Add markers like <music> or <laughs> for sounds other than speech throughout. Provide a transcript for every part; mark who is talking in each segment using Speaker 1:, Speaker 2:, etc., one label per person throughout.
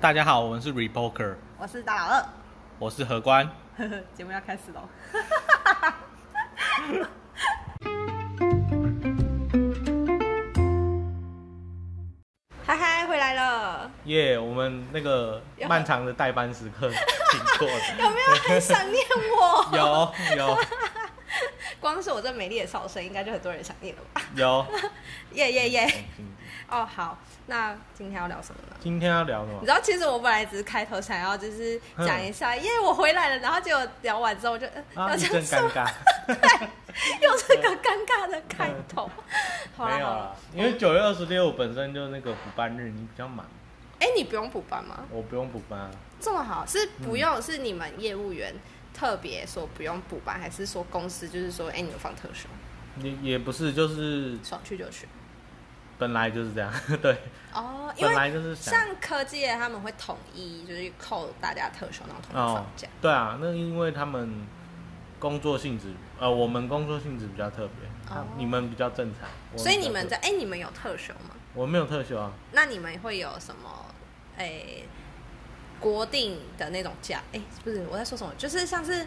Speaker 1: 大家好，我们是 Repoker，
Speaker 2: 我是大老二
Speaker 1: 我是何官。
Speaker 2: 呵呵， <laughs> 节目要开始喽。嗨嗨，回来了，
Speaker 1: 耶、我们那个
Speaker 2: 有
Speaker 1: 漫长的代班时
Speaker 2: <laughs>
Speaker 1: 刻挺过的，
Speaker 2: 有没有很想念我？ <laughs>
Speaker 1: 有有
Speaker 2: 光是我这美丽的笑声，应该就很多人想念了吧？
Speaker 1: 有。
Speaker 2: 耶耶耶！哦，好，那今天要聊什么呢？
Speaker 1: 今天要聊什
Speaker 2: 你
Speaker 1: 么？
Speaker 2: 知道，其实我本来只是开头想要就是
Speaker 1: 嗯
Speaker 2: 讲一下，耶，我回来了，然后结果聊完之后，我就、呃
Speaker 1: 啊，
Speaker 2: 要
Speaker 1: 一
Speaker 2: 讲
Speaker 1: 阵
Speaker 2: 什
Speaker 1: 尴
Speaker 2: 么？
Speaker 1: 尬。
Speaker 2: 又是个尴尬的开头。 <laughs>
Speaker 1: 嗯
Speaker 2: 好啦
Speaker 1: 没有
Speaker 2: 好啊啦
Speaker 1: 啦，，因为九月二十六本身就那个补班日，你比较忙，
Speaker 2: 哎、你不用补班吗？
Speaker 1: 我不用补班啊。
Speaker 2: 这么好，是不用、是你们业务员特别说不用补班，还是说公司就是说，哎、你们放特休，
Speaker 1: 也也不是，就是
Speaker 2: 爽去就去？
Speaker 1: 本来就是这样， <laughs> 对，
Speaker 2: 哦，因
Speaker 1: 本
Speaker 2: 为
Speaker 1: 来就是想
Speaker 2: 像科技业他们会统一就是扣大家特休，然后统一
Speaker 1: 哦
Speaker 2: 放假。，
Speaker 1: 对啊，那因为他们工作性质，呃，我们工作性质比较特别，他
Speaker 2: 哦
Speaker 1: 你们比较正常，我
Speaker 2: 所以
Speaker 1: 比较
Speaker 2: 你们
Speaker 1: 特
Speaker 2: 在哎、你们有特休吗？
Speaker 1: 我没有特休啊，
Speaker 2: 那你们会有什么哎、国定的那种假？哎、不是我在说什么，就是像是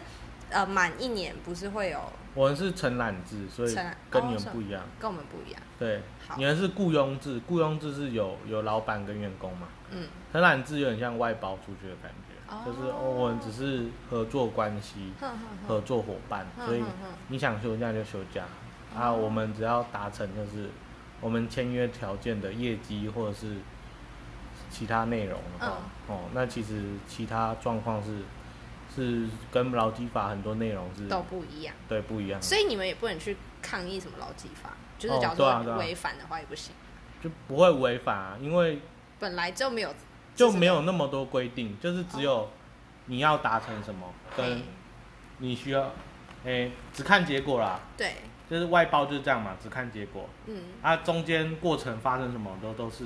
Speaker 2: 呃满一年不是会有
Speaker 1: 我们是承揽制，所以
Speaker 2: 承揽
Speaker 1: 跟你
Speaker 2: 哦
Speaker 1: 们
Speaker 2: 是
Speaker 1: 不一样，
Speaker 2: 跟我们不一样，
Speaker 1: 对，
Speaker 2: 好
Speaker 1: 你们是雇佣制，雇佣制是有有老板跟员工嘛，
Speaker 2: 嗯。
Speaker 1: 承揽制有点像外包出去的感觉，
Speaker 2: 哦
Speaker 1: 就是、哦、我们只是合作关系，
Speaker 2: 哼哼哼
Speaker 1: 合作伙伴，
Speaker 2: 嗯
Speaker 1: 所以
Speaker 2: 嗯嗯哦
Speaker 1: 你想休假就休假啊。我们只要达成就是我们签约条件的业绩或者是其他内容的
Speaker 2: 嗯
Speaker 1: 话，哦，那其实其他状况是是跟劳基法很多内容是
Speaker 2: 都不一样，
Speaker 1: 对不一样的，
Speaker 2: 所以你们也不能去抗议什么劳基法，就是
Speaker 1: 哦
Speaker 2: 假如
Speaker 1: 对
Speaker 2: 说
Speaker 1: 啊
Speaker 2: 你
Speaker 1: 对啊
Speaker 2: 违反的话也不行，
Speaker 1: 就不会违法、啊，因为
Speaker 2: 本来就没有
Speaker 1: 就没有那么多规定，就是只
Speaker 2: 哦
Speaker 1: 有你要达成什么跟
Speaker 2: 嘿
Speaker 1: 你需要，诶、只看结果啦，
Speaker 2: 对，
Speaker 1: 就是外包就是这样嘛，只看结果。
Speaker 2: 嗯，
Speaker 1: 啊，中间过程发生什么都都是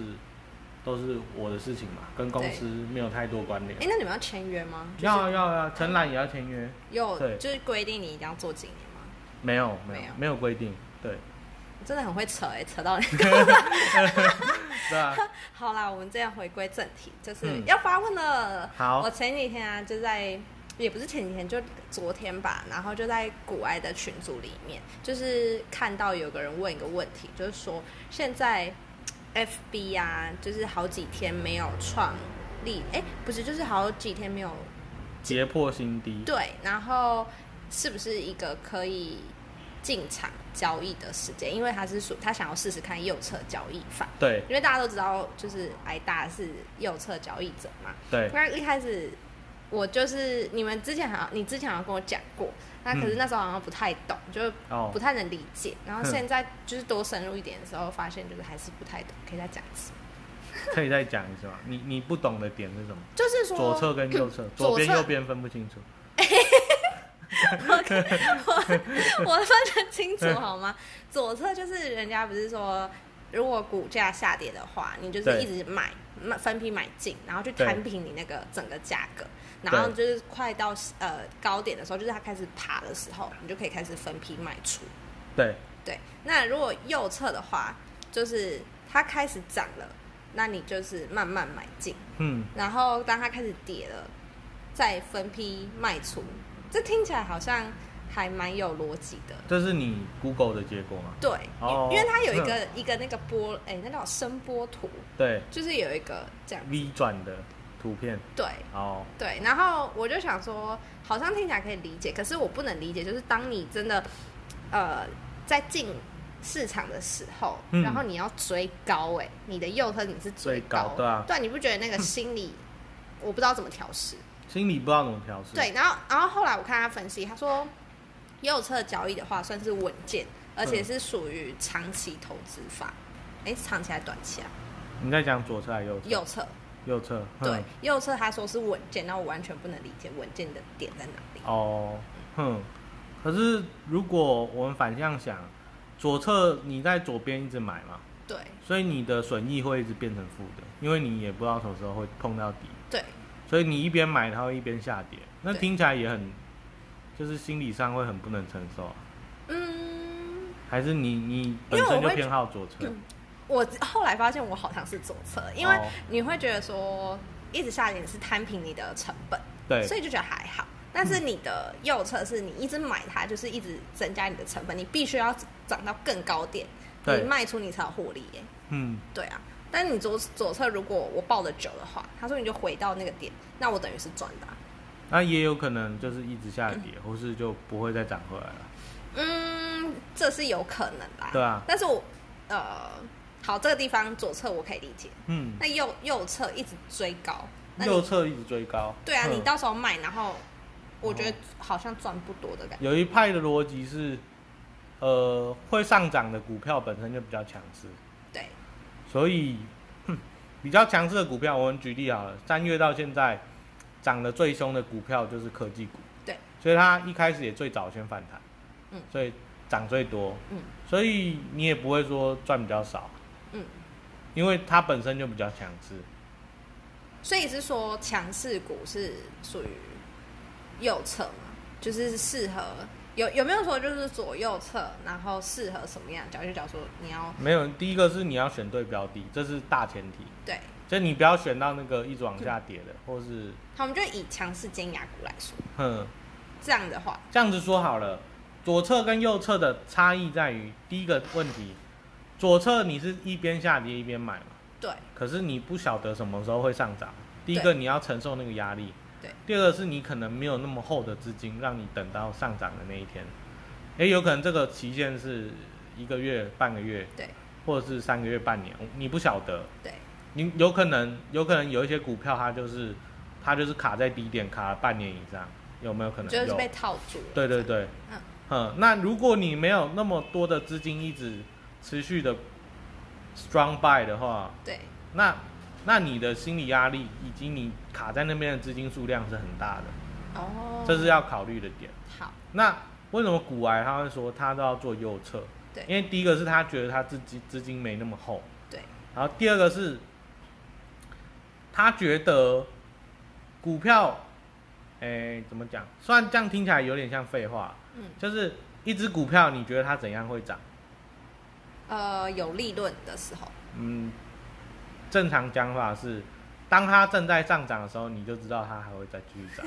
Speaker 1: 都是我的事情嘛，跟公司没有太多关联
Speaker 2: 哎、。那你们要签约吗？
Speaker 1: 要啊要啊，承揽也要签约？
Speaker 2: 有
Speaker 1: 对
Speaker 2: 就是规定你一定要做几年吗？
Speaker 1: 没有
Speaker 2: 没
Speaker 1: 没
Speaker 2: 有
Speaker 1: 有没有规定，
Speaker 2: <laughs>
Speaker 1: 对
Speaker 2: 真的很会扯哎、扯到你。 <laughs>
Speaker 1: 对啊，
Speaker 2: 好啦，我们这样回归正题，就是
Speaker 1: 嗯
Speaker 2: 要发问了。
Speaker 1: 好
Speaker 2: 我前几天啊就在。也不是前几天，就昨天吧，然后就在古埃的群组里面，就是看到有个人问一个问题，就是说现在 FB 啊，就是好几天没有创立，哎，不是，就是好几天没有
Speaker 1: 跌破新低。
Speaker 2: 对，然后是不是一个可以进场交易的时间？因为他是说他想要试试看右侧交易法，
Speaker 1: 对
Speaker 2: 因为大家都知道，就是挨大是右侧交易者嘛。
Speaker 1: 对，
Speaker 2: 那一开始我就是你们之前好像你之前好像跟我讲过，那可是那时候好像不太懂，就是
Speaker 1: 嗯哦
Speaker 2: <laughs> 不太能理解。然后
Speaker 1: 哼
Speaker 2: 现在就是多深入一点的时候，发现就是还是不太懂，可以再讲一次。
Speaker 1: 可以再讲一次吗？你你不懂的点是什么？
Speaker 2: 就是说
Speaker 1: 左侧跟右侧，
Speaker 2: <laughs> 左
Speaker 1: 左边
Speaker 2: 侧
Speaker 1: 右边分不清楚。
Speaker 2: <laughs> 我 <laughs> 分得清楚好吗？左侧就是人家不是说，如果股价下跌的话，你就是
Speaker 1: 对
Speaker 2: 一直买，买分批买进，然后去摊平你那个整个价格，然后就是快到呃高点的时候，就是它开始爬的时候，你就可以开始分批卖出。
Speaker 1: 对
Speaker 2: 对，那如果右侧的话，就是它开始涨了，那你就是慢慢买进，
Speaker 1: 嗯，
Speaker 2: 然后当它开始跌了，再分批卖出。这听起来好像还蛮有逻辑的。
Speaker 1: 这是你 Google 的结果吗？
Speaker 2: 对，
Speaker 1: 哦
Speaker 2: 因因为它有一个一个那个波，哎、那叫声波图，
Speaker 1: 对
Speaker 2: 就是有一个这样，
Speaker 1: ，V 转的图片
Speaker 2: 对
Speaker 1: 哦，
Speaker 2: 对。然后我就想说，好像听起来可以理解，可是我不能理解，就是当你真的呃在进市场的时候，
Speaker 1: 嗯
Speaker 2: 然后你要追高、哎，你的右侧你是追
Speaker 1: 追高对啊
Speaker 2: 你不觉得那个心理，我不知道怎么调试。
Speaker 1: 心里不知道怎么调试。
Speaker 2: 对，然后然后后来我看他分析，他说右侧交易的话算是稳健，而且是属于长期投资法。哎、长期还是短期啊？
Speaker 1: 你在讲左侧还是右侧？
Speaker 2: 右侧，
Speaker 1: 右侧。
Speaker 2: 对，
Speaker 1: 哼
Speaker 2: 右侧他说是稳健，那我完全不能理解稳健的点在哪里。
Speaker 1: 哦，哼。可是如果我们反向想，左侧你在左边一直买嘛，
Speaker 2: 对
Speaker 1: 所以你的损益会一直变成负的，因为你也不知道什么时候会碰到底，
Speaker 2: 对，
Speaker 1: 所以你一边买它会一边下跌，那
Speaker 2: 对
Speaker 1: 听起来也很，就是心理上会很不能承受啊。
Speaker 2: 嗯，
Speaker 1: 还是你你
Speaker 2: 因
Speaker 1: 本
Speaker 2: 为我
Speaker 1: 身就
Speaker 2: 会嗯
Speaker 1: 偏好左侧，
Speaker 2: 我后来发现我好像是左侧，因为
Speaker 1: 哦
Speaker 2: 你会觉得说一直下点是摊平你的成本，
Speaker 1: 对
Speaker 2: 所以就觉得还好。但是你的右侧是你一直买它，就是一直增加你的成本，你必须要涨到更高点，
Speaker 1: 对
Speaker 2: 你卖出你才有获利耶、
Speaker 1: 嗯，
Speaker 2: 对啊，但你左左侧如果我抱的久的话，他说你就回到那个点，那我等于是赚的啊、
Speaker 1: 那也有可能就是一直下跌，或是就不会再涨回来了。
Speaker 2: 嗯，这是有可能啦。
Speaker 1: 对啊
Speaker 2: 但是我呃，好，这个地方左侧我可以理解，
Speaker 1: 嗯，
Speaker 2: 那右右侧一直追高，那
Speaker 1: 右
Speaker 2: 你
Speaker 1: 侧一直追高。
Speaker 2: 对啊，
Speaker 1: 嗯哦
Speaker 2: 你到时候卖，然后我觉得好像赚不多的感觉。
Speaker 1: 有一派的逻辑是，呃，会上涨的股票本身就比较强势，
Speaker 2: 对，
Speaker 1: 所以哼比较强势的股票，我们举例好了，三月到现在涨得最凶的股票就是科技股，
Speaker 2: 对，
Speaker 1: 所以它一开始也最早先反弹，
Speaker 2: 嗯
Speaker 1: 所以涨最多，
Speaker 2: 嗯，
Speaker 1: 所以你也不会说赚比较少，
Speaker 2: 嗯，
Speaker 1: 因为它本身就比较强势，
Speaker 2: 所以是说强势股是属于右侧嘛，就是适合有有没有说就是左右侧，然后适合什么样的角度？就假如说你要
Speaker 1: 没有，第一个是你要选对标的，这是大前提，
Speaker 2: 对，
Speaker 1: 就你不要选到那个一直往下跌的，或是
Speaker 2: 好，我们就以强势尖牙股来说，
Speaker 1: 哼。
Speaker 2: 这样的话，
Speaker 1: 这样子说好了，左侧跟右侧的差异在于，第一个问题，左侧你是一边下跌一边买嘛，
Speaker 2: 对
Speaker 1: 可是你不晓得什么时候会上涨。第一个你要承受那个压力，
Speaker 2: 对。
Speaker 1: 第二个是你可能没有那么厚的资金，让你等到上涨的那一天。诶、有可能这个期限是一个月、半个月，
Speaker 2: 对
Speaker 1: 或者是三个月、半年，你不晓得。
Speaker 2: 对
Speaker 1: 你有可能，有可能有一些股票它就是它就是卡在低点，卡了半年以上，有没有可能？
Speaker 2: 就是
Speaker 1: 有
Speaker 2: 被套住了。
Speaker 1: 对对对，
Speaker 2: 嗯
Speaker 1: 嗯，那如果你没有那么多的资金一直持续的 strong buy 的话，
Speaker 2: 对
Speaker 1: 那那你的心理压力以及你卡在那边的资金数量是很大的，
Speaker 2: 哦，
Speaker 1: 这是要考虑的点。
Speaker 2: 好
Speaker 1: 那为什么古癌他会说他都要做右侧？
Speaker 2: 对
Speaker 1: 因为第一个是他觉得他自己资金没那么厚，
Speaker 2: 对
Speaker 1: 然后第二个是他觉得股票，诶、怎么讲？虽然这样听起来有点像废话，
Speaker 2: 嗯
Speaker 1: 就是一只股票，你觉得它怎样会涨？
Speaker 2: 呃有利润的时候， <laughs>
Speaker 1: 嗯，正常讲法是，当它正在上涨的时候，你就知道它还会再继
Speaker 2: <laughs>
Speaker 1: 续涨。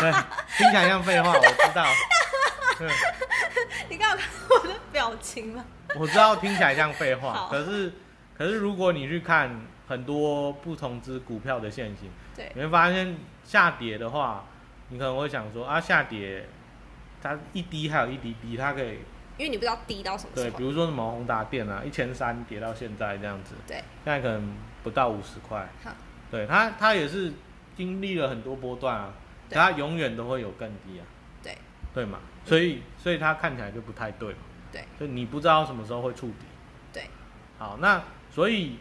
Speaker 1: 对，听起来像废话，我知道， <laughs> 嗯，
Speaker 2: 你刚刚看我的表情吗？
Speaker 1: 我知道听起来像废话
Speaker 2: 好，
Speaker 1: 可是可是如果你去看很多不同只股票的现形，
Speaker 2: 对
Speaker 1: 你会发现下跌的话，你可能会想说啊，下跌它一滴还有一滴滴，它可以
Speaker 2: 因为你不知道低到什么时
Speaker 1: 对，比
Speaker 2: 候。
Speaker 1: 如说什么宏达电啊，一千三跌到现在这样子，
Speaker 2: 对，
Speaker 1: 现在可能不到五十块，
Speaker 2: 好，
Speaker 1: 对它它也是经历了很多波段啊，可
Speaker 2: 对
Speaker 1: 它永远都会有更低啊，
Speaker 2: 对
Speaker 1: 对嘛，所以所以它看起来就不太对嘛，
Speaker 2: 对
Speaker 1: 就你不知道什么时候会触底。
Speaker 2: 对
Speaker 1: 好，那所以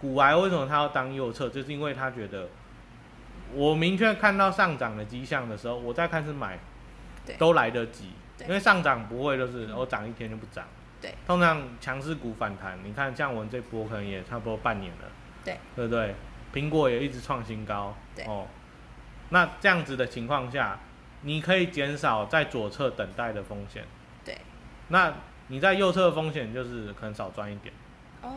Speaker 1: 古癌为什么他要当右侧，就是因为他觉得我明确看到上涨的迹象的时候，我再看是买
Speaker 2: 对，
Speaker 1: 都来得及，
Speaker 2: 对嗯
Speaker 1: 因为上涨不会就是我涨一天就不涨。
Speaker 2: 对，
Speaker 1: 通常强势股反弹，你看像我们这波可能也差不多半年了，
Speaker 2: 对
Speaker 1: 对不对？苹果也一直创新高，
Speaker 2: 对
Speaker 1: 哦，那这样子的情况下，你可以减少在左侧等待的风险，
Speaker 2: 对
Speaker 1: 那你在右侧的风险就是可能少赚一点，
Speaker 2: 哦，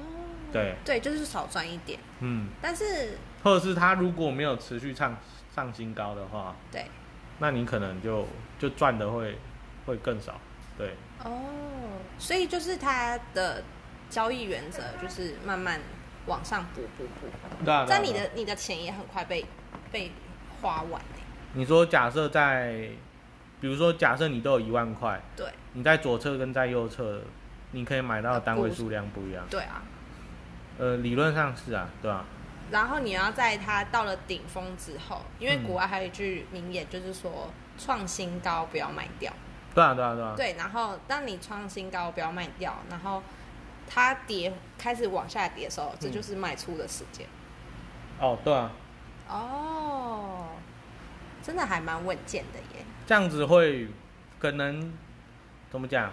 Speaker 1: 对，
Speaker 2: 对，就是少赚一点，
Speaker 1: 嗯。
Speaker 2: 但是
Speaker 1: 或者是它如果没有持续上上新高的话，
Speaker 2: 对
Speaker 1: 那你可能就就赚的会会更少。对，
Speaker 2: 哦，所以就是它的交易原则就是慢慢往上补补补，
Speaker 1: 对啊。对啊
Speaker 2: 但你
Speaker 1: 对啊
Speaker 2: 的你的钱也很快被被花完欸
Speaker 1: 你说假设在，比如说假设你都有一万块，
Speaker 2: 对
Speaker 1: 你在左侧跟在右侧，你可以买到的单位数量不一样。
Speaker 2: 对啊，
Speaker 1: 呃，理论上是啊，对吧、
Speaker 2: 然后你要在它到了顶峰之后，因为
Speaker 1: 嗯
Speaker 2: 国外还有一句名言，就是说创新高不要卖掉。
Speaker 1: 对啊，对啊，对啊。
Speaker 2: 对，然后当你创新高不要卖掉，然后它跌开始往下跌的时候，这就是卖出的时间。
Speaker 1: 哦，对啊，
Speaker 2: 哦，真的还蛮稳健的耶。
Speaker 1: 这样子会可能怎么讲？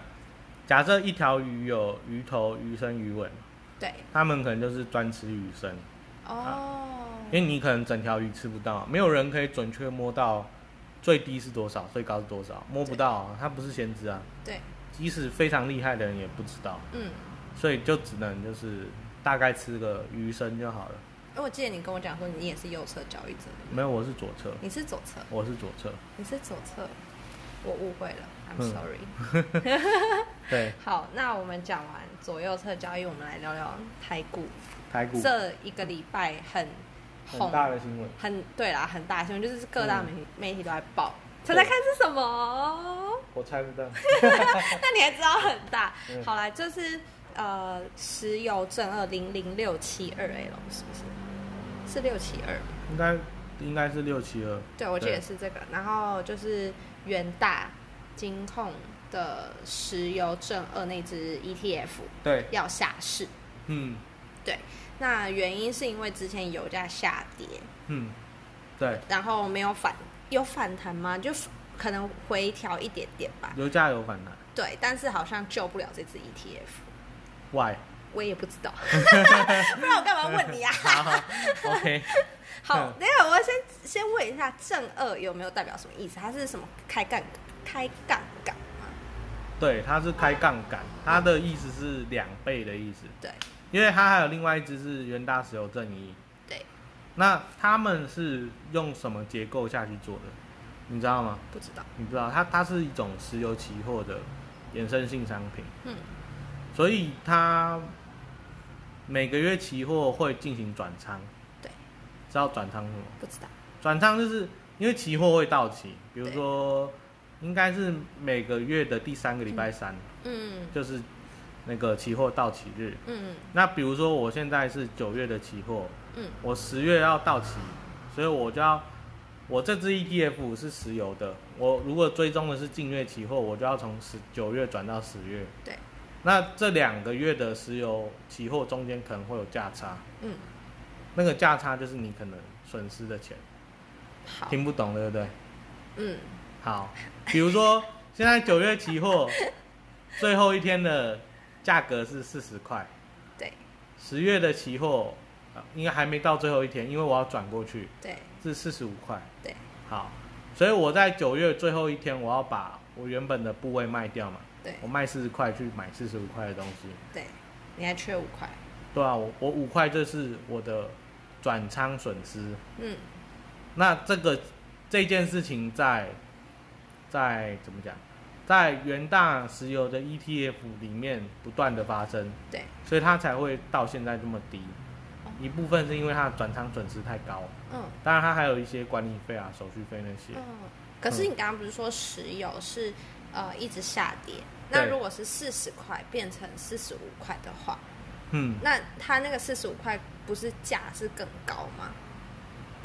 Speaker 1: 假设一条鱼有鱼头、鱼身、鱼尾嘛，
Speaker 2: 对，
Speaker 1: 他们可能就是专吃鱼身。
Speaker 2: 嗯哦，
Speaker 1: 因为你可能整条鱼吃不到，没有人可以准确摸到最低是多少，最高是多少，摸不到啊，他不是先知啊。
Speaker 2: 对，
Speaker 1: 即使非常厉害的人也不知道，
Speaker 2: 嗯，
Speaker 1: 所以就只能就是大概吃个鱼身就好了。
Speaker 2: 因为我记得你跟我讲说你也是右侧交易者，
Speaker 1: 没有，我是左侧，
Speaker 2: 你是左侧，
Speaker 1: 我是左侧，
Speaker 2: 你是左侧，我误会了，I'm
Speaker 1: 嗯
Speaker 2: sorry。
Speaker 1: 对，
Speaker 2: 好，那我们讲完左右侧交易，我们来聊聊台股。
Speaker 1: 台股
Speaker 2: 这一个礼拜很红，
Speaker 1: 很大的新闻，嗯
Speaker 2: 很对啦，很大新闻，就是各大媒、媒体都在报。猜
Speaker 1: 对
Speaker 2: 猜看是什么？
Speaker 1: 我猜不到，
Speaker 2: 那你还知道很大？
Speaker 1: 嗯
Speaker 2: 好啦，就是呃，石油正二零零六七二 A 龙是不是？是六七二，
Speaker 1: 应该应该是六七二，
Speaker 2: 对我记得
Speaker 1: 对
Speaker 2: 是这个。然后就是元大金控的石油正二那只 ETF
Speaker 1: 对，
Speaker 2: 要下市，
Speaker 1: 嗯
Speaker 2: 那原因是因为之前油价下跌，
Speaker 1: 嗯，对，
Speaker 2: 然后没有反，有反弹吗？就可能回调一点点吧。
Speaker 1: 油价有反弹
Speaker 2: 对，但是好像救不了这只 ETF， <laughs>
Speaker 1: ，Why？
Speaker 2: 我也不知道，不然我干嘛问你啊？
Speaker 1: 好，OK，
Speaker 2: 好，等一下我要先先问一下正二有没有代表什么意思？它是什么开杠开杠杆吗？
Speaker 1: 对，它是开杠杆，它的意思是两倍的意思，
Speaker 2: 对
Speaker 1: 因为它还有另外一只是元大石油正一，
Speaker 2: 对，
Speaker 1: 那他们是用什么结构下去做的，你知道吗？
Speaker 2: 不知道，
Speaker 1: 你知道，它它是一种石油期货的衍生性商品，
Speaker 2: 嗯，
Speaker 1: 所以它每个月期货会进行转仓。
Speaker 2: 对，
Speaker 1: 知道转仓是什么？
Speaker 2: 不知道，
Speaker 1: 转仓就是因为期货会到期，比如说应该是每个月的第三个礼拜三，
Speaker 2: 嗯
Speaker 1: 就是那个期货到期日。
Speaker 2: 嗯
Speaker 1: 那比如说我现在是九月的期货，
Speaker 2: 嗯，
Speaker 1: 我十月要到期，所以我就要我这支 ETF 是石油的，我如果追踪的是近月期货，我就要从十九月转到十月。
Speaker 2: 对，
Speaker 1: 那这两个月的石油期货中间可能会有价差，
Speaker 2: 嗯，
Speaker 1: 那个价差就是你可能损失的钱。
Speaker 2: 好，
Speaker 1: 听不懂对不对？
Speaker 2: 嗯
Speaker 1: 好，比如说现在九月期货最后一天的价格是四十块，
Speaker 2: 对
Speaker 1: 十月的期货、呃应该还没到最后一天，因为我要转过去
Speaker 2: 对
Speaker 1: 是四十五块。
Speaker 2: 对，
Speaker 1: 好，所以我在九月最后一天，我要把我原本的部位卖掉嘛，
Speaker 2: 对
Speaker 1: 我卖四十块去买四十五块的东西。
Speaker 2: 对，你还缺五块，
Speaker 1: 对啊，我我五块就是我的转仓损失。
Speaker 2: 嗯
Speaker 1: 那这个这件事情在在怎么讲，在元大石油的 ETF 里面不断的发生，
Speaker 2: 对，
Speaker 1: 所以它才会到现在这么低
Speaker 2: 哦。
Speaker 1: 一部分是因为它的转仓损失太高，
Speaker 2: 嗯。
Speaker 1: 当然它还有一些管理费啊、手续费那些。
Speaker 2: 嗯，可是你刚刚不是说石油是呃一直下跌？那
Speaker 1: 对
Speaker 2: 如果是四十块变成四十五块的话，
Speaker 1: 嗯
Speaker 2: 那它那个四十五块不是价是更高吗？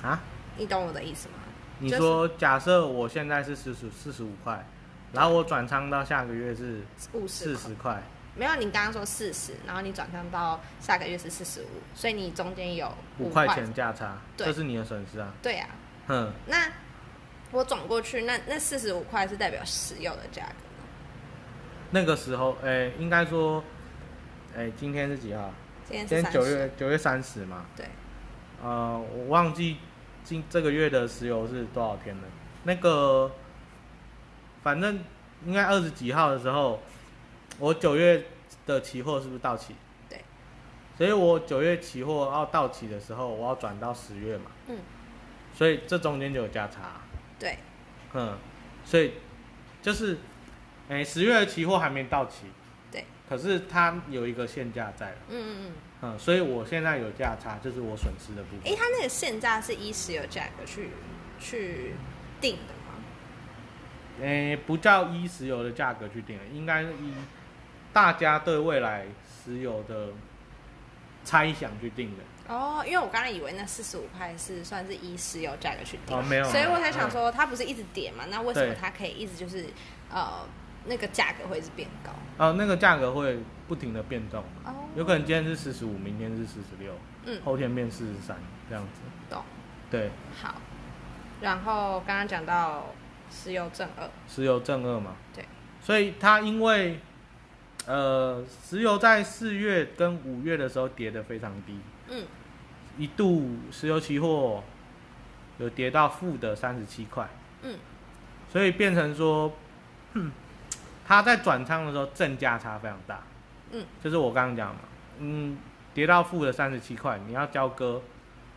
Speaker 1: 啊，
Speaker 2: 你懂我的意思吗？
Speaker 1: 你
Speaker 2: 就是
Speaker 1: 说假设我现在是四十四十五块，然后我转仓到下个月是
Speaker 2: 五十
Speaker 1: 四
Speaker 2: 块
Speaker 1: 十块，
Speaker 2: 没有，你刚刚说四十，然后你转账到下个月是四十五，所以你中间有
Speaker 1: 五
Speaker 2: 块
Speaker 1: 块钱。价差，
Speaker 2: 对
Speaker 1: 这是你的损失啊。
Speaker 2: 对啊，
Speaker 1: 哼，
Speaker 2: 那我转过去，那那四十五块是代表石油的价格吗？
Speaker 1: 那个时候，哎、应该说，哎、今天是几号？
Speaker 2: 今天
Speaker 1: 今
Speaker 2: 是
Speaker 1: 天
Speaker 2: 三
Speaker 1: 九
Speaker 2: 十，
Speaker 1: 月九月三十嘛。
Speaker 2: 对，
Speaker 1: 呃，我忘记今这个月的石油是多少天了。那个，反正应该二十几号的时候，我九月的期货是不是到期？
Speaker 2: 对。
Speaker 1: 所以我九月期货要到期的时候，我要转到十月嘛。
Speaker 2: 嗯。
Speaker 1: 所以这中间就有价差。
Speaker 2: 对，
Speaker 1: 嗯，所以就是，哎、十月的期货还没到期，
Speaker 2: 对，
Speaker 1: 可是它有一个限价在了，
Speaker 2: 嗯嗯
Speaker 1: 嗯，所以我现在有价差，就是我损失的部
Speaker 2: 嗯，
Speaker 1: 分
Speaker 2: 诶，。它那个现价是依石油价格去去定的吗？
Speaker 1: 哎、不叫依石油的价格去定，应该是依大家对未来石油的猜想去定的。
Speaker 2: 哦，因为我刚刚以为那四十五块是算是依石油价格去定，
Speaker 1: 哦没有
Speaker 2: 所以我才想
Speaker 1: 嗯
Speaker 2: 说它不是一直跌嘛？那为什么
Speaker 1: 对
Speaker 2: 它可以一直就是呃那个价格会一直变高？
Speaker 1: 呃，那个价格会不停的变动，
Speaker 2: 哦，
Speaker 1: 有可能今天是四十五，明天是四十六，
Speaker 2: 嗯
Speaker 1: 后天变四十三这样子。
Speaker 2: 懂
Speaker 1: 对，
Speaker 2: 好。然后刚刚讲到石油正二，
Speaker 1: 石油正二嘛。
Speaker 2: 对。
Speaker 1: 所以它因为，呃，石油在四月跟五月的时候跌得非常低，
Speaker 2: 嗯
Speaker 1: 一度石油期货有跌到负的三十七块，
Speaker 2: 嗯，
Speaker 1: 所以变成说，嗯它在转仓的时候正价差非常大。
Speaker 2: 嗯，
Speaker 1: 就是我刚刚讲嘛，嗯，跌到负的三十七块，你要交割，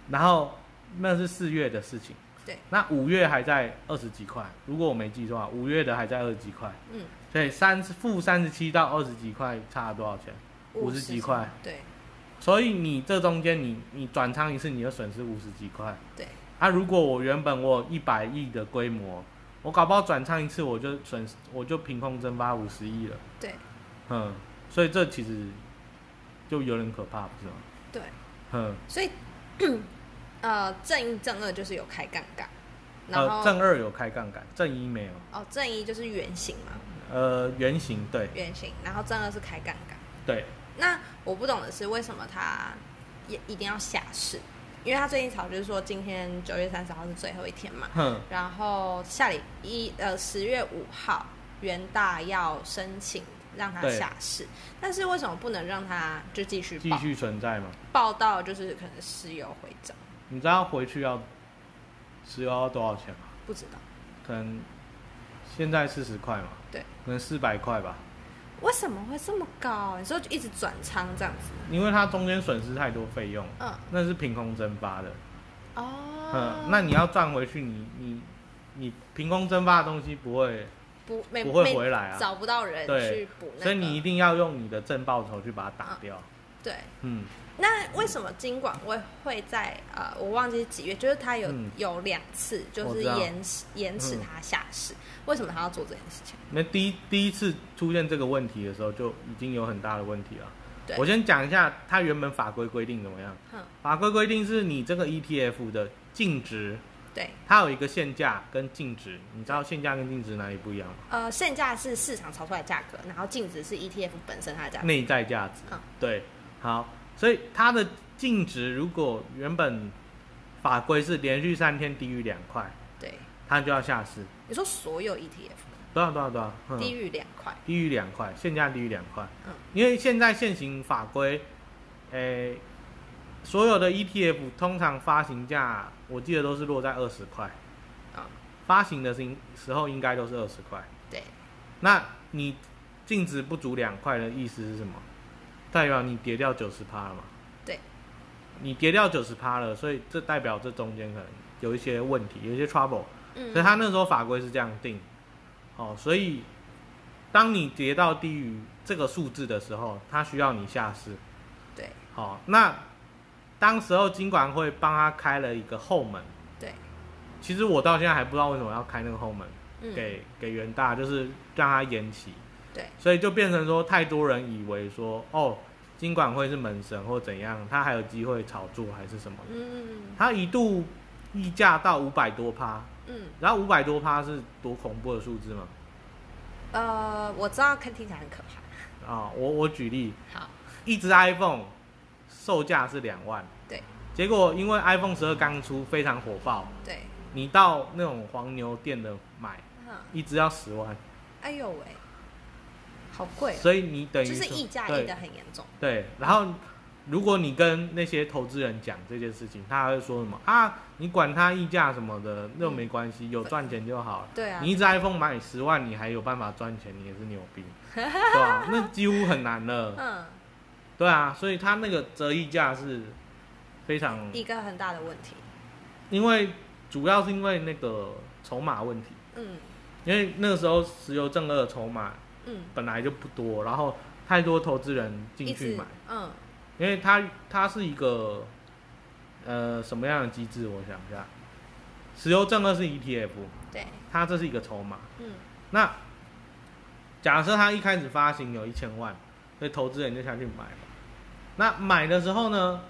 Speaker 1: 然后那是四月的事情。
Speaker 2: 对，
Speaker 1: 那五月还在二十几块，如果我没记错啊，五月的还在二十几块，
Speaker 2: 嗯，
Speaker 1: 所以三负三十七到二十几块差了多少钱？五十几块，
Speaker 2: 对
Speaker 1: 所以你这中间你你转仓一次，你就损失五十几块。
Speaker 2: 对，
Speaker 1: 啊，如果我原本我一百亿的规模，我搞不好转仓一次我就损失，我就凭空蒸发五十亿了。
Speaker 2: 对
Speaker 1: 嗯，所以这其实就有点可怕，不是吗？
Speaker 2: 对，
Speaker 1: 嗯，
Speaker 2: 所以 <clears throat> 呃，正一正二就是有开杠杆，然后、
Speaker 1: 呃，正二有开杠杆，正一没有。
Speaker 2: 哦正一就是圆形嘛，
Speaker 1: 呃，原型对
Speaker 2: 圆形，然后正二是开杠杆。
Speaker 1: 对，
Speaker 2: 那我不懂的是，为什么他也一定要下市？因为他最近炒就是说，今天九月三十号是最后一天嘛，
Speaker 1: 哼，
Speaker 2: 然后下礼一呃十月五号，元大要申请让它
Speaker 1: 对
Speaker 2: 下市，但是为什么不能让它就继续
Speaker 1: 继
Speaker 2: 报
Speaker 1: 续存在嘛。
Speaker 2: 报到？就是可能石油回涨，
Speaker 1: 你知道回去要石油要多少钱吗？
Speaker 2: 不知道
Speaker 1: 可能现在四十块嘛，
Speaker 2: 对，
Speaker 1: 可能四百块吧，
Speaker 2: 为什么会这么高？你说就一直转仓这样子？
Speaker 1: 因为它中间损失太多费用，
Speaker 2: 嗯
Speaker 1: 那是凭空蒸发的。
Speaker 2: 哦
Speaker 1: 嗯，，那你要赚回去，你你你凭空蒸发的东西不会，
Speaker 2: 不没
Speaker 1: 不会
Speaker 2: 没
Speaker 1: 回来啊
Speaker 2: 找不到人
Speaker 1: 对
Speaker 2: 去补那个，
Speaker 1: 所以你一定要用你的正报酬去把它打掉。
Speaker 2: 对。
Speaker 1: 嗯，
Speaker 2: 那为什么金管会会在呃，我忘记是几月，就是他有、
Speaker 1: 嗯
Speaker 2: 有两次就
Speaker 1: 我
Speaker 2: 是
Speaker 1: 知道嗯
Speaker 2: 延迟延迟他下市，为什么他要做这件事情？
Speaker 1: 那第一第一次出现这个问题的时候，就已经有很大的问题了。
Speaker 2: 对
Speaker 1: 我先讲一下它原本法规规定怎么样。
Speaker 2: 嗯，
Speaker 1: 法规规定是你这个 ETF 的净值，
Speaker 2: 对，
Speaker 1: 它有一个限价跟净值，你知道限价跟净值哪里不一样吗？
Speaker 2: 呃，现价是市场炒出来的价格，然后净值是 ETF 本身它的价格。
Speaker 1: 内在价值。
Speaker 2: 嗯
Speaker 1: 对，好，所以它的净值如果原本法规是连续三天低于两块，
Speaker 2: 对，
Speaker 1: 它就要下市。
Speaker 2: 你说所有 ETF
Speaker 1: 多少多少多少？嗯、
Speaker 2: 低于两块，
Speaker 1: 低于两块，现价低于两块。
Speaker 2: 嗯
Speaker 1: 因为现在现行法规，诶、所有的 ETF 通常发行价，我记得都是落在二十块。
Speaker 2: 啊
Speaker 1: 发行的时时候应该都是二十块。
Speaker 2: 对，
Speaker 1: 那你净值不足两块的意思是什么？代表你跌掉九十趴了嘛？
Speaker 2: 对，
Speaker 1: 你跌掉九十趴了，所以这代表这中间可能有一些问题，有一些 trouble。所以
Speaker 2: 嗯，
Speaker 1: 他那时候法规是这样定，哦，所以当你跌到低于这个数字的时候，他需要你下市。
Speaker 2: 对
Speaker 1: 好、那当时候金管会帮他开了一个后门，
Speaker 2: 对，
Speaker 1: 其实我到现在还不知道为什么要开那个后门，
Speaker 2: 嗯，
Speaker 1: 给给元大就是让他延期，
Speaker 2: 对，
Speaker 1: 所以就变成说太多人以为说哦，金管会是门神或怎样，他还有机会炒作还是什么的，
Speaker 2: 嗯
Speaker 1: 他一度溢价到五百多趴，
Speaker 2: 嗯，
Speaker 1: 然后五百多趴是多恐怖的数字嘛？
Speaker 2: 呃，我知道看听起来很可怕，
Speaker 1: 啊，我我举例，
Speaker 2: 好，
Speaker 1: 一只 iPhone 售价是两万，
Speaker 2: 对
Speaker 1: 结果因为 iPhone 十二刚出，非常火爆，
Speaker 2: 对，
Speaker 1: 你到那种黄牛店的买，
Speaker 2: 嗯，
Speaker 1: 一只要十万，
Speaker 2: 哎呦喂，好贵、哦。
Speaker 1: 所以你等于
Speaker 2: 就是
Speaker 1: 说
Speaker 2: 溢价溢
Speaker 1: 对
Speaker 2: 的很严重。
Speaker 1: 对，然后。如果你跟那些投资人讲这件事情，他还会说什么啊？你管他溢价什么的，那没关系，有赚钱就好了。
Speaker 2: 对啊
Speaker 1: 你，一只 iPhone 买十万，你还有办法赚钱，你也是牛
Speaker 2: <laughs>
Speaker 1: 逼，对吧、那几乎很难了。
Speaker 2: 嗯，
Speaker 1: 对啊，所以它那个折溢价是非常，
Speaker 2: 一个很大的问题。
Speaker 1: 因为主要是因为那个筹码问题，
Speaker 2: 嗯
Speaker 1: 因为那个时候石油正二的筹码
Speaker 2: 嗯，
Speaker 1: 本来就不多，然后太多投资人进
Speaker 2: 一
Speaker 1: 去
Speaker 2: 直
Speaker 1: 买，
Speaker 2: 嗯，
Speaker 1: 因为它它是一个呃什么样的机制？我想一下，石油正二是 ETF，
Speaker 2: 对，
Speaker 1: 它这是一个筹码。
Speaker 2: 嗯
Speaker 1: 那假设它一开始发行有一千万，所以投资人就下去买嘛。那买的时候呢，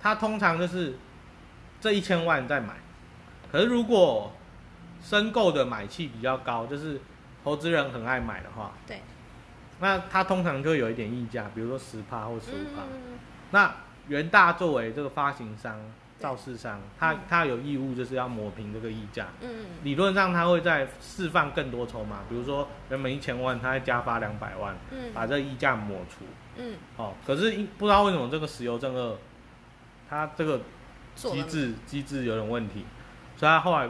Speaker 1: 它通常就是这一千万再买。可是如果申购的买气比较高，就是投资人很爱买的话，
Speaker 2: 对，
Speaker 1: 那它通常就会有一点溢价，比如说十趴或十五
Speaker 2: 嗯
Speaker 1: 趴。
Speaker 2: 嗯
Speaker 1: 那元大作为这个发行商、
Speaker 2: 对
Speaker 1: 造市商，它
Speaker 2: 嗯
Speaker 1: 它有义务就是要抹平这个溢价。
Speaker 2: 嗯
Speaker 1: 理论上它会再释放更多筹码，比如说原本一千万，它再加发两百万，
Speaker 2: 嗯
Speaker 1: 把这溢价抹除。
Speaker 2: 嗯，
Speaker 1: 哦，可是一不知道为什么这个石油正二，它这个
Speaker 2: 做
Speaker 1: 机
Speaker 2: 了
Speaker 1: 制机制有点问题，所以它后来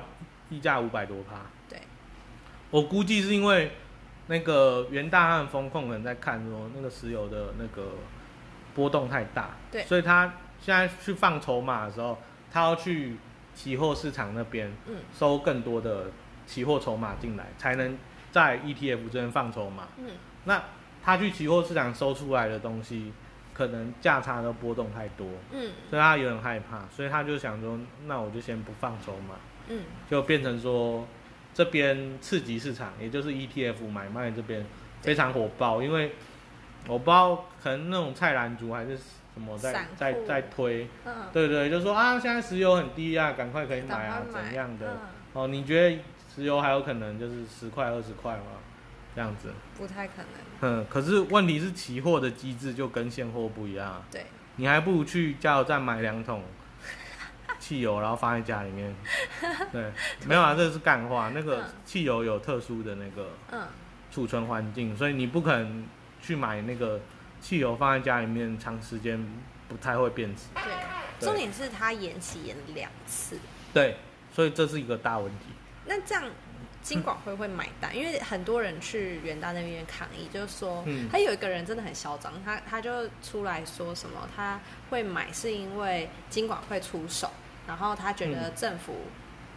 Speaker 1: 溢价五百多趴。
Speaker 2: 对，
Speaker 1: 我估计是因为那个元大和风控可能在看说那个石油的那个波动太大，
Speaker 2: 对
Speaker 1: 所以他现在去放筹码的时候，他要去期货市场那边
Speaker 2: 嗯
Speaker 1: 收更多的期货筹码进来，才能在 ETF 这边放筹码。
Speaker 2: 嗯
Speaker 1: 那他去期货市场收出来的东西，可能价差的波动太多，
Speaker 2: 嗯
Speaker 1: 所以他有点害怕，所以他就想说，那我就先不放筹码，
Speaker 2: 嗯
Speaker 1: 就变成说这边次级市场，也就是 ETF 买卖这边非常火爆，因为我不知道可能那种菜篮族还是什么在
Speaker 2: 散户
Speaker 1: 在在推，
Speaker 2: 嗯，
Speaker 1: 对对，就说啊，现在石油很低啊，赶快可以买啊
Speaker 2: 赶，快买
Speaker 1: 怎样的？
Speaker 2: 嗯
Speaker 1: 哦，你觉得石油还有可能就是十块二十块吗？这样子，
Speaker 2: 不太可能，
Speaker 1: 嗯，可是问题是期货的机制就跟现货不一样啊，
Speaker 2: 对，
Speaker 1: 你还不如去加油站买两
Speaker 2: <laughs>
Speaker 1: 桶汽油，然后放在家里面。对，没有啊，这是干话。那个
Speaker 2: 嗯
Speaker 1: 汽油有特殊的那个
Speaker 2: 嗯
Speaker 1: 储存环境，所以你不可能去买那个汽油放在家里面，长时间不太会变质。
Speaker 2: 对。
Speaker 1: 对
Speaker 2: 重点是他延期延了两次，
Speaker 1: 对，所以这是一个大问题。
Speaker 2: 那这样金管会会买单，因为很多人去元大那边抗议，就是说，
Speaker 1: 嗯
Speaker 2: 他有一个人真的很嚣张，他他就出来说什么他会买是因为金管会出手，然后他觉
Speaker 1: 嗯
Speaker 2: 得政府、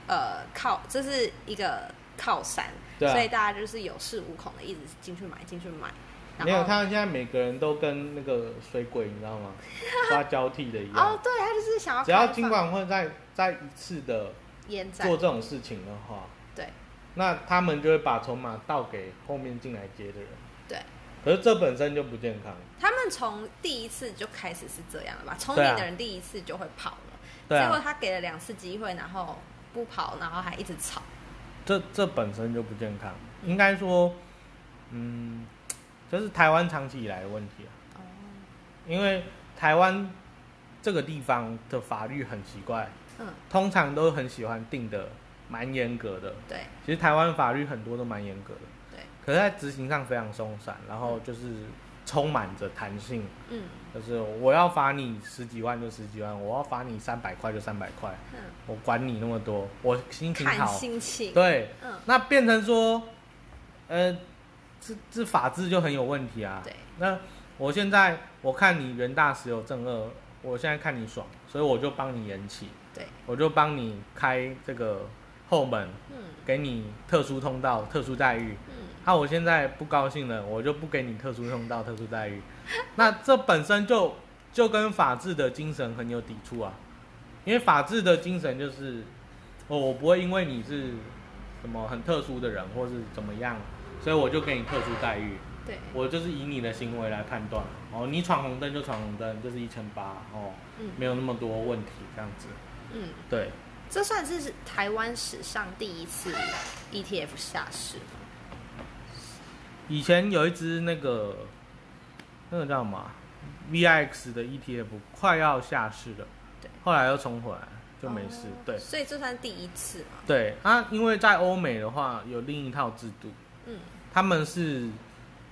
Speaker 2: 呃靠这是一个靠山，
Speaker 1: 对啊
Speaker 2: 所以大家就是有恃无恐的一直进去买进去买，然后
Speaker 1: 没有，他现在每个人都跟那个水鬼，你知
Speaker 2: <laughs>
Speaker 1: 道吗？抓交替的一
Speaker 2: 哦
Speaker 1: 样。，
Speaker 2: 对他就是想要
Speaker 1: 只要
Speaker 2: 开
Speaker 1: 金
Speaker 2: 放
Speaker 1: 管会在在一次的
Speaker 2: 烟债
Speaker 1: 做，这种事情的话，
Speaker 2: 对
Speaker 1: 那他们就会把筹码倒给后面进来接的人。
Speaker 2: 对。
Speaker 1: 可是这本身就不健康。
Speaker 2: 他们从第一次就开始是这样了吧？聪
Speaker 1: 对
Speaker 2: 明
Speaker 1: 啊
Speaker 2: 的人第一次就会跑了，
Speaker 1: 对
Speaker 2: 结果
Speaker 1: 啊，
Speaker 2: 他给了两次机会，然后不跑，然后还一直吵。
Speaker 1: 这这本身就不健康。应该说，嗯，这是台湾长期以来的问题啊。
Speaker 2: 哦，
Speaker 1: 因为台湾这个地方的法律很奇怪，
Speaker 2: 嗯，
Speaker 1: 通常都很喜欢定的蛮严格的。
Speaker 2: 对
Speaker 1: 其实台湾法律很多都蛮严格的，
Speaker 2: 对，
Speaker 1: 可是在执行上非常松散，然后就是充满着弹性。
Speaker 2: 嗯
Speaker 1: 就是我要罚你十几万就十几万，我要罚你三百块就三百块，
Speaker 2: 嗯，
Speaker 1: 我管你那么多，我心情
Speaker 2: 看
Speaker 1: 好。
Speaker 2: 心情，
Speaker 1: 对，
Speaker 2: 嗯
Speaker 1: 那变成说，呃，这这法治就很有问题啊。
Speaker 2: 对，
Speaker 1: 那我现在我看你元大石油正二，我现在看你爽，所以我就帮你延期，
Speaker 2: 对，
Speaker 1: 我就帮你开这个后门，
Speaker 2: 嗯
Speaker 1: 给你特殊通道、特殊待遇。
Speaker 2: 嗯，
Speaker 1: 啊，我现在不高兴了，我就不给你特殊通道、特殊待遇。 <laughs> 那这本身就就跟法治的精神很有抵触啊，因为法治的精神就是，哦，我不会因为你是什么很特殊的人或是怎么样，所以我就给你特殊待遇。
Speaker 2: 对，
Speaker 1: 我就是以你的行为来判断，哦，你闯红灯就闯红灯，就是一千八，哦，
Speaker 2: 嗯
Speaker 1: 没有那么多问题，这样子。
Speaker 2: 嗯，
Speaker 1: 对，
Speaker 2: 这算是台湾史上第一次 ETF 下市吗？
Speaker 1: 以前有一只那个那个叫什么啊 VIX 的 ETF 快要下市了，
Speaker 2: 对，
Speaker 1: 后来又冲回来就没事。
Speaker 2: 哦
Speaker 1: 对
Speaker 2: 所以这算第一次嘛？
Speaker 1: 对啊，因为在欧美的话有另一套制度，
Speaker 2: 嗯
Speaker 1: 他们是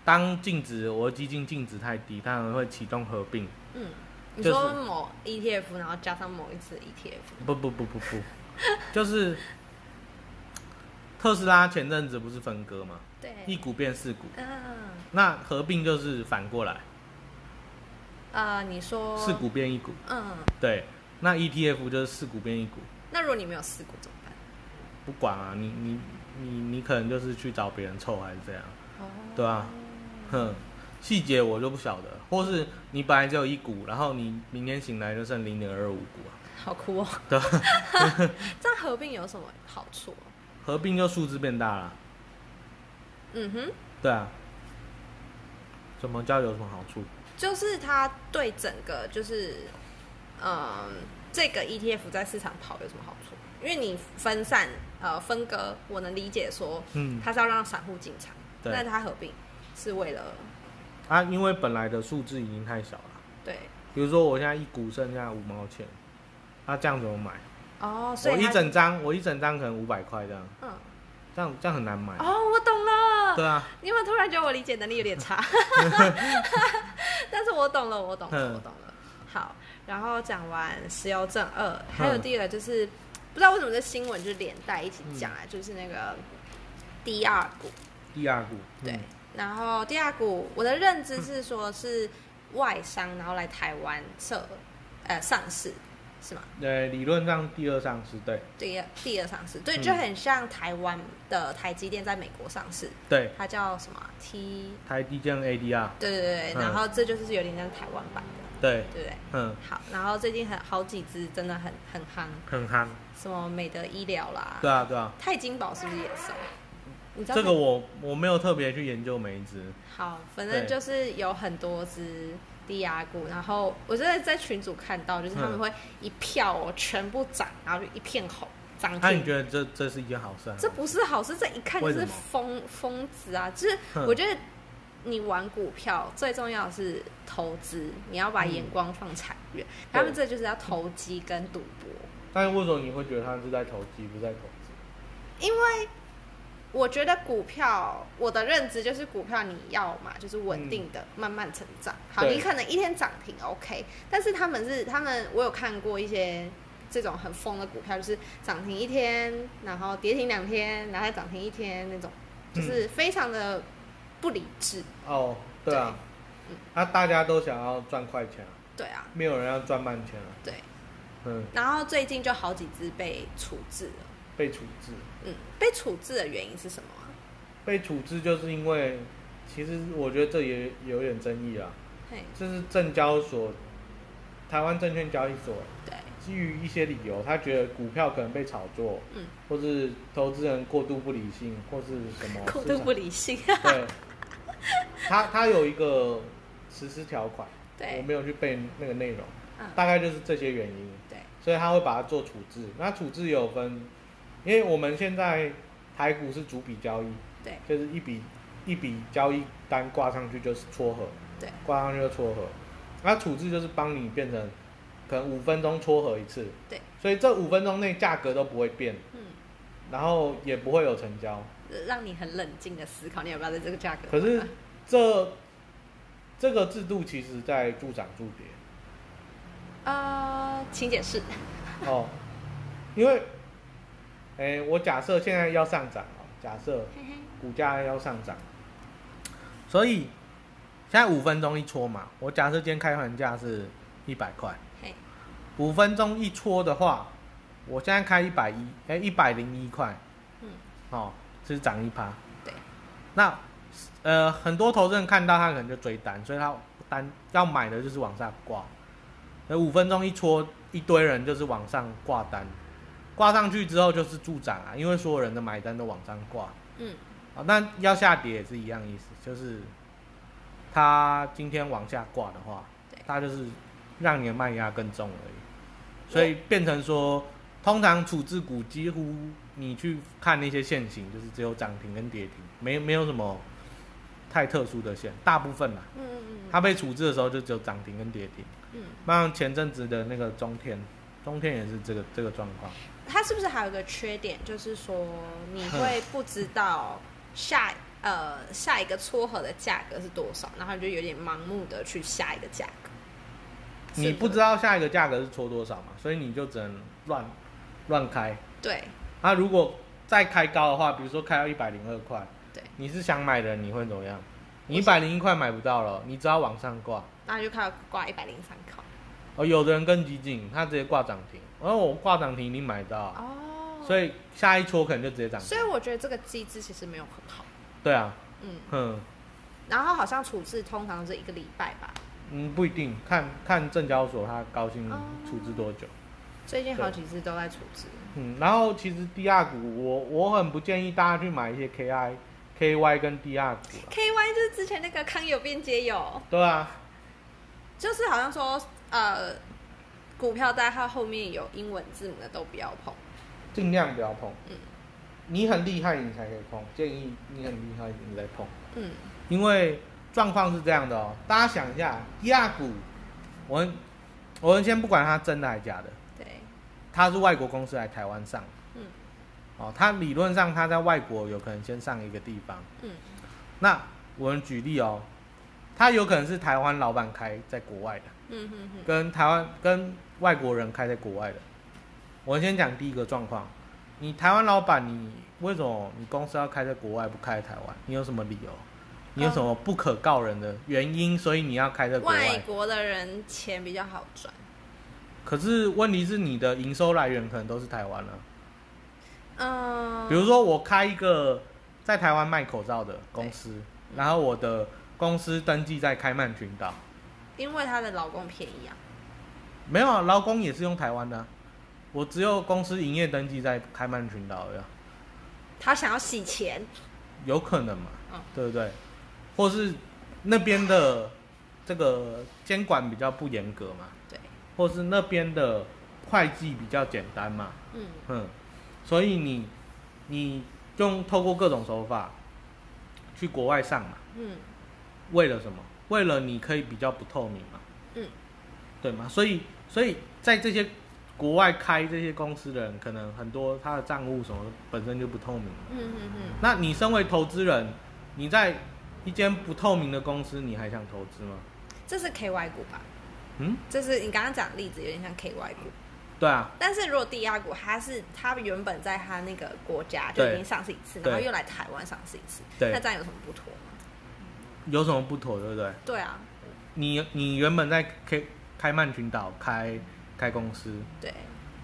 Speaker 1: 当净值我基金净值太低，他们会启动合并。
Speaker 2: 嗯，你
Speaker 1: 就是
Speaker 2: 说某 ETF，然后加上某一次 E ETF，
Speaker 1: 不不不不不，就是特斯拉前阵子不是分割嘛，一
Speaker 2: 对，
Speaker 1: 股变四股，
Speaker 2: 嗯
Speaker 1: 那合并就是反过来，
Speaker 2: 啊，你说
Speaker 1: 四股变一股。
Speaker 2: 嗯，
Speaker 1: 对，那 ETF 就是四股变一股，
Speaker 2: 那如果你没有试过怎么办？
Speaker 1: 不管啊，你你你你可能就是去找别人凑还是怎样，
Speaker 2: 哦，
Speaker 1: 对啊，
Speaker 2: 嗯
Speaker 1: 哼，细节我就不晓得，或是你本来只有一股，然后你明天醒来就剩零点二五股啊，
Speaker 2: 好酷哦。
Speaker 1: 对，
Speaker 2: <laughs> 这样合并有什么好处哦、
Speaker 1: 合并就数字变大了，
Speaker 2: 嗯哼，
Speaker 1: 对啊，怎么叫有什么好处？
Speaker 2: 就是它对整个就是，嗯，这个 ETF 在市场跑有什么好处？因为你分散呃分割，我能理解说
Speaker 1: 嗯
Speaker 2: 它是要让散户进场，
Speaker 1: 对
Speaker 2: 那它合并是为了
Speaker 1: 啊，因为本来的数字已经太小了，
Speaker 2: 对
Speaker 1: 比如说我现在一股剩下五毛钱，啊，这样怎么买？
Speaker 2: 哦，所
Speaker 1: 我
Speaker 2: 以
Speaker 1: 一
Speaker 2: 它
Speaker 1: 整张，我一整张可能五百块这样，
Speaker 2: 嗯
Speaker 1: 这样这样很难买，
Speaker 2: 哦，我懂了，
Speaker 1: 对啊。
Speaker 2: 因为突然觉得我理解能力有
Speaker 1: <laughs>
Speaker 2: 点差，但是我懂了，我懂了，
Speaker 1: 嗯
Speaker 2: 我懂了。好，然后讲完石油正二，还有
Speaker 1: 嗯
Speaker 2: 第二个就是、不知道为什么这新闻就是连带一起讲
Speaker 1: 嗯
Speaker 2: 啊，就是那个第二股，
Speaker 1: 第二股，
Speaker 2: 对。
Speaker 1: 嗯
Speaker 2: 然后第二股，我的认知是说是外商，然后来台湾设呃上市，是吗？
Speaker 1: 呃，理论上第二上市，对
Speaker 2: 第二第二上市，对，
Speaker 1: 嗯
Speaker 2: 就很像台湾的台积电在美国上市，
Speaker 1: 对，
Speaker 2: 它叫什么啊 T？
Speaker 1: 台积电 ADR，
Speaker 2: 对对对，
Speaker 1: 嗯
Speaker 2: 然后这就是有点像台湾版的，
Speaker 1: 对，
Speaker 2: 对不对？
Speaker 1: 嗯，
Speaker 2: 好，然后最近很好几只真的很很夯，
Speaker 1: 很夯，
Speaker 2: 什么美德医疗啦，
Speaker 1: 对啊对啊，
Speaker 2: 钛金宝是不是也是啊？你知道
Speaker 1: 这个
Speaker 2: 钛
Speaker 1: 我我没有特别去研究每一只，
Speaker 2: 好，反正就是有很多只低压股，然后我真的在群组看到，就是他们
Speaker 1: 嗯
Speaker 2: 会一票哦全部涨，然后就一片红涨
Speaker 1: 那你
Speaker 2: 停。
Speaker 1: 觉得这这是一件好事啊？
Speaker 2: 这不是好事，这一看就
Speaker 1: 为什
Speaker 2: 是
Speaker 1: 么
Speaker 2: 疯疯子啊！就是
Speaker 1: 哼
Speaker 2: 我觉得你玩股票最重要的是投资，你要把眼光放长远。他们这就是要投机跟赌博。
Speaker 1: 嗯但是为什么你会觉得它是在投机，不是在投资？
Speaker 2: 因为我觉得股票，我的认知就是股票你要嘛，就是稳定的、慢慢成长。好，
Speaker 1: 对
Speaker 2: 你可能一天涨停 OK，但是他们是他们，我有看过一些这种很疯的股票，就是涨停一天，然后跌停两天，然后再涨停一天那种，就是非常的不理智。
Speaker 1: 嗯哦，对啊，那、大家都想要赚快钱啊，
Speaker 2: 对啊，
Speaker 1: 没有人要赚慢钱啊，
Speaker 2: 对。
Speaker 1: 嗯，
Speaker 2: 然后最近就好几只被处置了，
Speaker 1: 被处置，
Speaker 2: 嗯，被处置的原因是什么啊？
Speaker 1: 被处置就是因为，其实我觉得这也有点争议啊，
Speaker 2: 嘿，
Speaker 1: 这是证交所，台湾证券交易所
Speaker 2: 对，
Speaker 1: 基于一些理由，他觉得股票可能被炒作，
Speaker 2: 嗯，
Speaker 1: 或是投资人过度不理性，或是什
Speaker 2: <laughs>
Speaker 1: 么
Speaker 2: 过度不
Speaker 1: 理，
Speaker 2: 理性，
Speaker 1: 对，他他有一个实施条款，我
Speaker 2: <laughs> 对，
Speaker 1: 没有去背那个内容，
Speaker 2: 嗯，
Speaker 1: 大概就是这些原因，
Speaker 2: 对，
Speaker 1: 所以他会把它做处置。那处置有分，因为我们现在台股是逐笔交易，
Speaker 2: 对，
Speaker 1: 就是一笔一笔交易单挂上去就是撮合，
Speaker 2: 对，
Speaker 1: 挂上去就撮合。那处置就是帮你变成可能五分钟撮合一次，
Speaker 2: 对，
Speaker 1: 所以这五分钟内价格都不会变，
Speaker 2: 嗯。
Speaker 1: 然后也不会有成交。
Speaker 2: 让你很冷静的思考，你要不要在这个价格？
Speaker 1: 可是这这个制度其实在助涨助跌。
Speaker 2: 呃，请解释。
Speaker 1: 哦，因为，哎、我假设现在要上涨哦，假设
Speaker 2: 嘿嘿
Speaker 1: 股价要上涨，所以现在五分钟一戳嘛，我假设今天开盘价是一百块，
Speaker 2: 嘿，
Speaker 1: 五分钟一戳的话，我现在开一百一，哎，一百零一块，
Speaker 2: 嗯，
Speaker 1: 哦，是涨一趴，
Speaker 2: 对，
Speaker 1: 那呃，很多投资人看到他可能就追单，所以他单要买的就是往上挂，那五分钟一戳，一堆人就是往上挂单，挂上去之后就是助涨啊，因为所有人的买单都往上挂
Speaker 2: 嗯，
Speaker 1: 啊，那要下跌也是一样意思，就是他今天往下挂的话
Speaker 2: 对，
Speaker 1: 他就是让你的卖压更重而已，所以变成说。通常处置股几乎你去看那些线型，就是只有涨停跟跌停，没没有什么太特殊的线，大部分啦，
Speaker 2: 嗯嗯嗯
Speaker 1: 它被处置的时候就只有涨停跟跌停。
Speaker 2: 嗯，
Speaker 1: 那前阵子的那个中天，中天也是这个这个状况。
Speaker 2: 它是不是还有一个缺点，就是说你会不知道下呃下一个撮合的价格是多少，然后你就有点盲目的去下一个价格。
Speaker 1: 你不知
Speaker 2: 道？
Speaker 1: 道下一个价格是戳多少嘛，所以你就只能乱乱开。
Speaker 2: 对
Speaker 1: 那、如果再开高的话，比如说开到一百零二块，
Speaker 2: 对，
Speaker 1: 你是想买的人，你会怎么样？你
Speaker 2: 我
Speaker 1: 一
Speaker 2: 是
Speaker 1: 百零一块买不到了，你只要往上挂。
Speaker 2: 然后就看到挂一百零三口。
Speaker 1: 哦，有的人更激进，他直接挂涨停。然、后我挂涨停，你买到啊，
Speaker 2: 哦，
Speaker 1: 所以下一戳可能就直接涨停。
Speaker 2: 所以我觉得这个机制其实没有很好。
Speaker 1: 对啊，
Speaker 2: 嗯，
Speaker 1: 嗯
Speaker 2: 然后好像处置通常是一个礼拜吧，
Speaker 1: 嗯，不一定，看看证交所他高兴
Speaker 2: 哦
Speaker 1: 处置多久。
Speaker 2: 最近好几次都在处置。
Speaker 1: 嗯，然后其实 DR 股，我我很不建议大家去买一些 KI、KY 跟 DR 股了。
Speaker 2: K Y 就是之前那个康有变街友，
Speaker 1: 对啊，
Speaker 2: 就是好像说呃，股票代号后面有英文字母的都不要碰。
Speaker 1: 尽量不要碰。
Speaker 2: 嗯
Speaker 1: 你很厉害，你才可以碰。建议你很厉害，你再碰。
Speaker 2: 嗯，
Speaker 1: 因为状况是这样的哦，大家想一下，DR 股，我们我们先不管它真的还假的，
Speaker 2: 对，
Speaker 1: 它是外国公司来台湾上，
Speaker 2: 嗯
Speaker 1: 哦，它理论上它在外国有可能先上一个地方。
Speaker 2: 嗯
Speaker 1: 那我们举例哦，它有可能是台湾老板开在国外的。
Speaker 2: 嗯嗯嗯，
Speaker 1: 跟台湾跟外国人开在国外的。我先讲第一个状况，你台湾老板，你为什么你公司要开在国外不开在台湾？你有什么理由？你有什么不可告人的原因？所以你要开在国
Speaker 2: 外
Speaker 1: 外？
Speaker 2: 国的人钱比较好赚。
Speaker 1: 可是问题是你的营收来源可能都是台湾了、啊
Speaker 2: 嗯，
Speaker 1: 比如说我开一个在台湾卖口罩的公司，然后我的公司登记在开曼群岛，
Speaker 2: 因为她的老公便宜啊，
Speaker 1: 没有啊，劳工也是用台湾的啊、我只有公司营业登记在开曼群岛而已啊，
Speaker 2: 她想要洗钱，
Speaker 1: 有可能嘛，
Speaker 2: 嗯
Speaker 1: 对不对？或是那边的 <coughs> 这个监管比较不严格嘛，
Speaker 2: 对，
Speaker 1: 或是那边的会计比较简单嘛，
Speaker 2: 嗯
Speaker 1: 嗯，所以你你用透过各种手法去国外上嘛，
Speaker 2: 嗯
Speaker 1: 为了什么？为了你可以比较不透明嘛，
Speaker 2: 嗯，
Speaker 1: 对吗？所以所以在这些国外开这些公司的人，可能很多他的账户什么本身就不透明嘛
Speaker 2: 嗯嗯嗯，
Speaker 1: 那你身为投资人，你在一间不透明的公司，你还想投资吗？
Speaker 2: 这是 KY 股吧？
Speaker 1: 嗯，
Speaker 2: 这是你刚刚讲的例子，有点像 KY 股。
Speaker 1: 对啊，
Speaker 2: 但是如果低压股，它是它原本在它那个国家就已
Speaker 1: 对
Speaker 2: 经上市一次，
Speaker 1: 对
Speaker 2: 然后又来台湾上市一次，
Speaker 1: 对
Speaker 2: 那这样有什么不妥吗？
Speaker 1: 有什么不妥，对不对？
Speaker 2: 对啊，
Speaker 1: 你你原本在开开曼群岛开开公司，
Speaker 2: 对，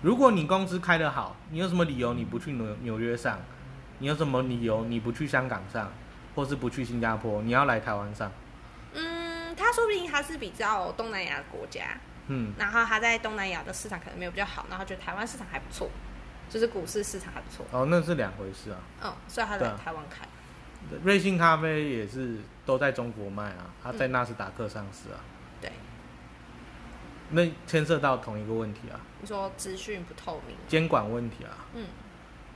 Speaker 1: 如果你公司开得好，你有什么理由你不去纽纽约上？你有什么理由你不去香港上，或是不去新加坡？你要来台湾上？
Speaker 2: 嗯，它说不定它是比较东南亚的国家，
Speaker 1: 嗯，
Speaker 2: 然后它在东南亚的市场可能没有比较好，然后觉得台湾市场还不错，就是股市市场还不错，
Speaker 1: 哦，那是两回事啊。
Speaker 2: 嗯，所以它
Speaker 1: 对
Speaker 2: 来
Speaker 1: 啊
Speaker 2: 台湾开，
Speaker 1: 瑞幸咖啡也是都在中国卖啊，它在纳斯达克上市啊，
Speaker 2: 对，
Speaker 1: 那牵涉到同一个问题啊，
Speaker 2: 你说资讯不透明，
Speaker 1: 监管问题啊。
Speaker 2: 嗯，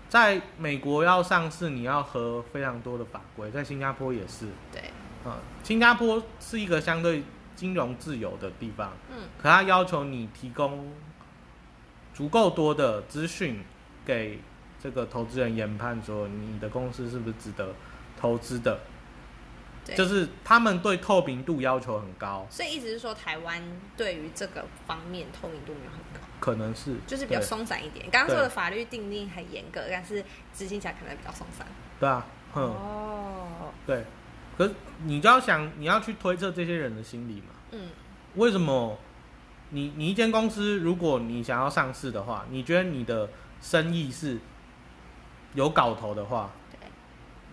Speaker 1: 在美国要上市，你要和非常多的法规，在新加坡也是。
Speaker 2: 对，
Speaker 1: 嗯，新加坡是一个相对金融自由的地方，
Speaker 2: 嗯
Speaker 1: 可它要求你提供足够多的资讯给这个投资人研判，说你的公司是不是值得投资的，
Speaker 2: 对，
Speaker 1: 就是他们对透明度要求很高，
Speaker 2: 所以意思是说台湾对于这个方面透明度没有很高。
Speaker 1: 可能是
Speaker 2: 就是比较
Speaker 1: 对
Speaker 2: 松散一点。刚刚说
Speaker 1: 对
Speaker 2: 的法律定定很严格，但是执行起来可能比较松散。
Speaker 1: 对啊，嗯，
Speaker 2: 哦，
Speaker 1: 对，可是你就要想，你要去推测这些人的心理嘛。
Speaker 2: 嗯
Speaker 1: 为什么你你一间公司，如果你想要上市的话，你觉得你的生意是有搞头的话，
Speaker 2: 对，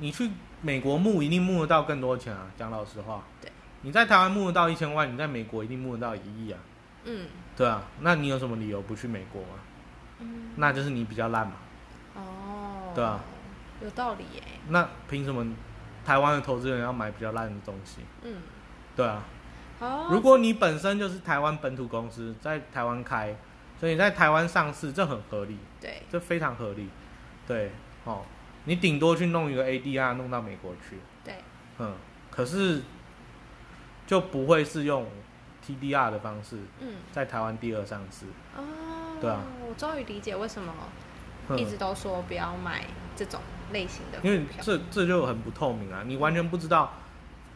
Speaker 1: 你去美国募一定募得到更多钱啊！讲老实话，
Speaker 2: 对，
Speaker 1: 你在台湾募得到一千万，你在美国一定募得到一亿啊，
Speaker 2: 嗯
Speaker 1: 对啊，那你有什么理由不去美国吗？
Speaker 2: 嗯，
Speaker 1: 那就是你比较烂嘛，
Speaker 2: 哦，
Speaker 1: 对啊，
Speaker 2: 有道理耶。
Speaker 1: 那凭什么台湾的投资人要买比较烂的东西？
Speaker 2: 嗯，
Speaker 1: 对啊，
Speaker 2: 哦，
Speaker 1: 如果你本身就是台湾本土公司，在台湾开，所以你在台湾上市，这很合理，
Speaker 2: 对，
Speaker 1: 这非常合理。对，哦，你顶多去弄一个 ADR 弄到美国去，
Speaker 2: 对，
Speaker 1: 嗯，可是就不会是用 TDR 的方式
Speaker 2: 嗯，
Speaker 1: 在台湾第二上市。
Speaker 2: 哦，
Speaker 1: 对啊，
Speaker 2: 我终于理解为什么
Speaker 1: 嗯
Speaker 2: 一直都说不要买这种类型的股
Speaker 1: 因为
Speaker 2: 票。
Speaker 1: 这这就很不透明啊，你完全不知道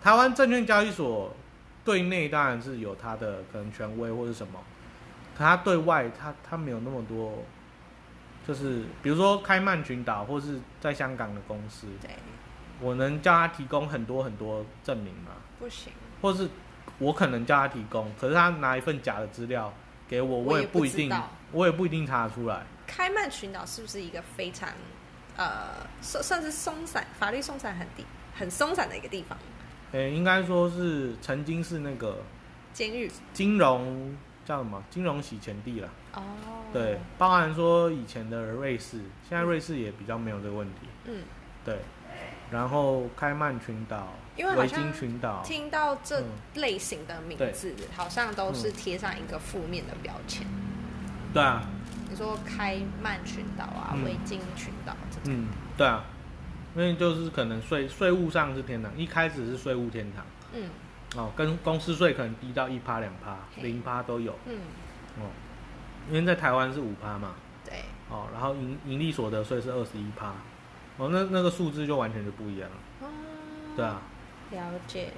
Speaker 1: 台湾证券交易所对内当然是有它的可能权威或是什么，可它对外它它没有那么多，就是比如说开曼群岛或是在香港的公司，
Speaker 2: 对，
Speaker 1: 我能叫他提供很多很多证明吗？
Speaker 2: 不行，
Speaker 1: 或是我可能叫他提供，可是他拿一份假的资料给我，
Speaker 2: 我
Speaker 1: 我
Speaker 2: 也
Speaker 1: 也
Speaker 2: 不
Speaker 1: 不一
Speaker 2: 知
Speaker 1: 定
Speaker 2: 道，
Speaker 1: 我也不一定查得出来。
Speaker 2: 开曼群岛是不是一个非常呃，算算是松散，法律松散很低、很松散的一个地方？
Speaker 1: 呃、应该说是曾经是那个
Speaker 2: 监狱
Speaker 1: 金融叫什么？金融洗钱地啦，
Speaker 2: 哦，
Speaker 1: 对，包含说以前的瑞士，现在瑞士也比较没有这个问题，
Speaker 2: 嗯，
Speaker 1: 对。然后开曼群岛、
Speaker 2: 因为好
Speaker 1: 维
Speaker 2: 像
Speaker 1: 京群岛，
Speaker 2: 听到这
Speaker 1: 嗯
Speaker 2: 类型的名字，好像都是贴上一个负面的标签。
Speaker 1: 对啊，
Speaker 2: 你说开曼群岛啊、
Speaker 1: 嗯
Speaker 2: 维京群岛这种，
Speaker 1: 嗯，对啊，因为就是可能税税务上是天堂，一开始是税务天堂
Speaker 2: 嗯
Speaker 1: 哦，跟公司税可能低到一趴、两趴、
Speaker 2: 嘿
Speaker 1: 零趴都有
Speaker 2: 嗯，
Speaker 1: 哦，因为在台湾是五趴嘛，
Speaker 2: 对，
Speaker 1: 哦，然后盈盈利所得税是二十一趴，哦，那那个数字就完全就不一样了，
Speaker 2: 哦，
Speaker 1: 对啊。
Speaker 2: 了解。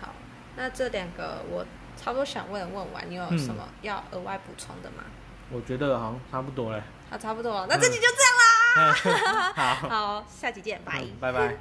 Speaker 2: 好，那这两个我差不多想问的问完，你有
Speaker 1: 嗯
Speaker 2: 什么要额外补充的吗？
Speaker 1: 我觉得好像差不多嘞。
Speaker 2: <laughs> 好，差不多了，那这集就这样
Speaker 1: 嗯
Speaker 2: 啦。嗯
Speaker 1: 好，
Speaker 2: 好，下集见，拜。
Speaker 1: 嗯拜拜。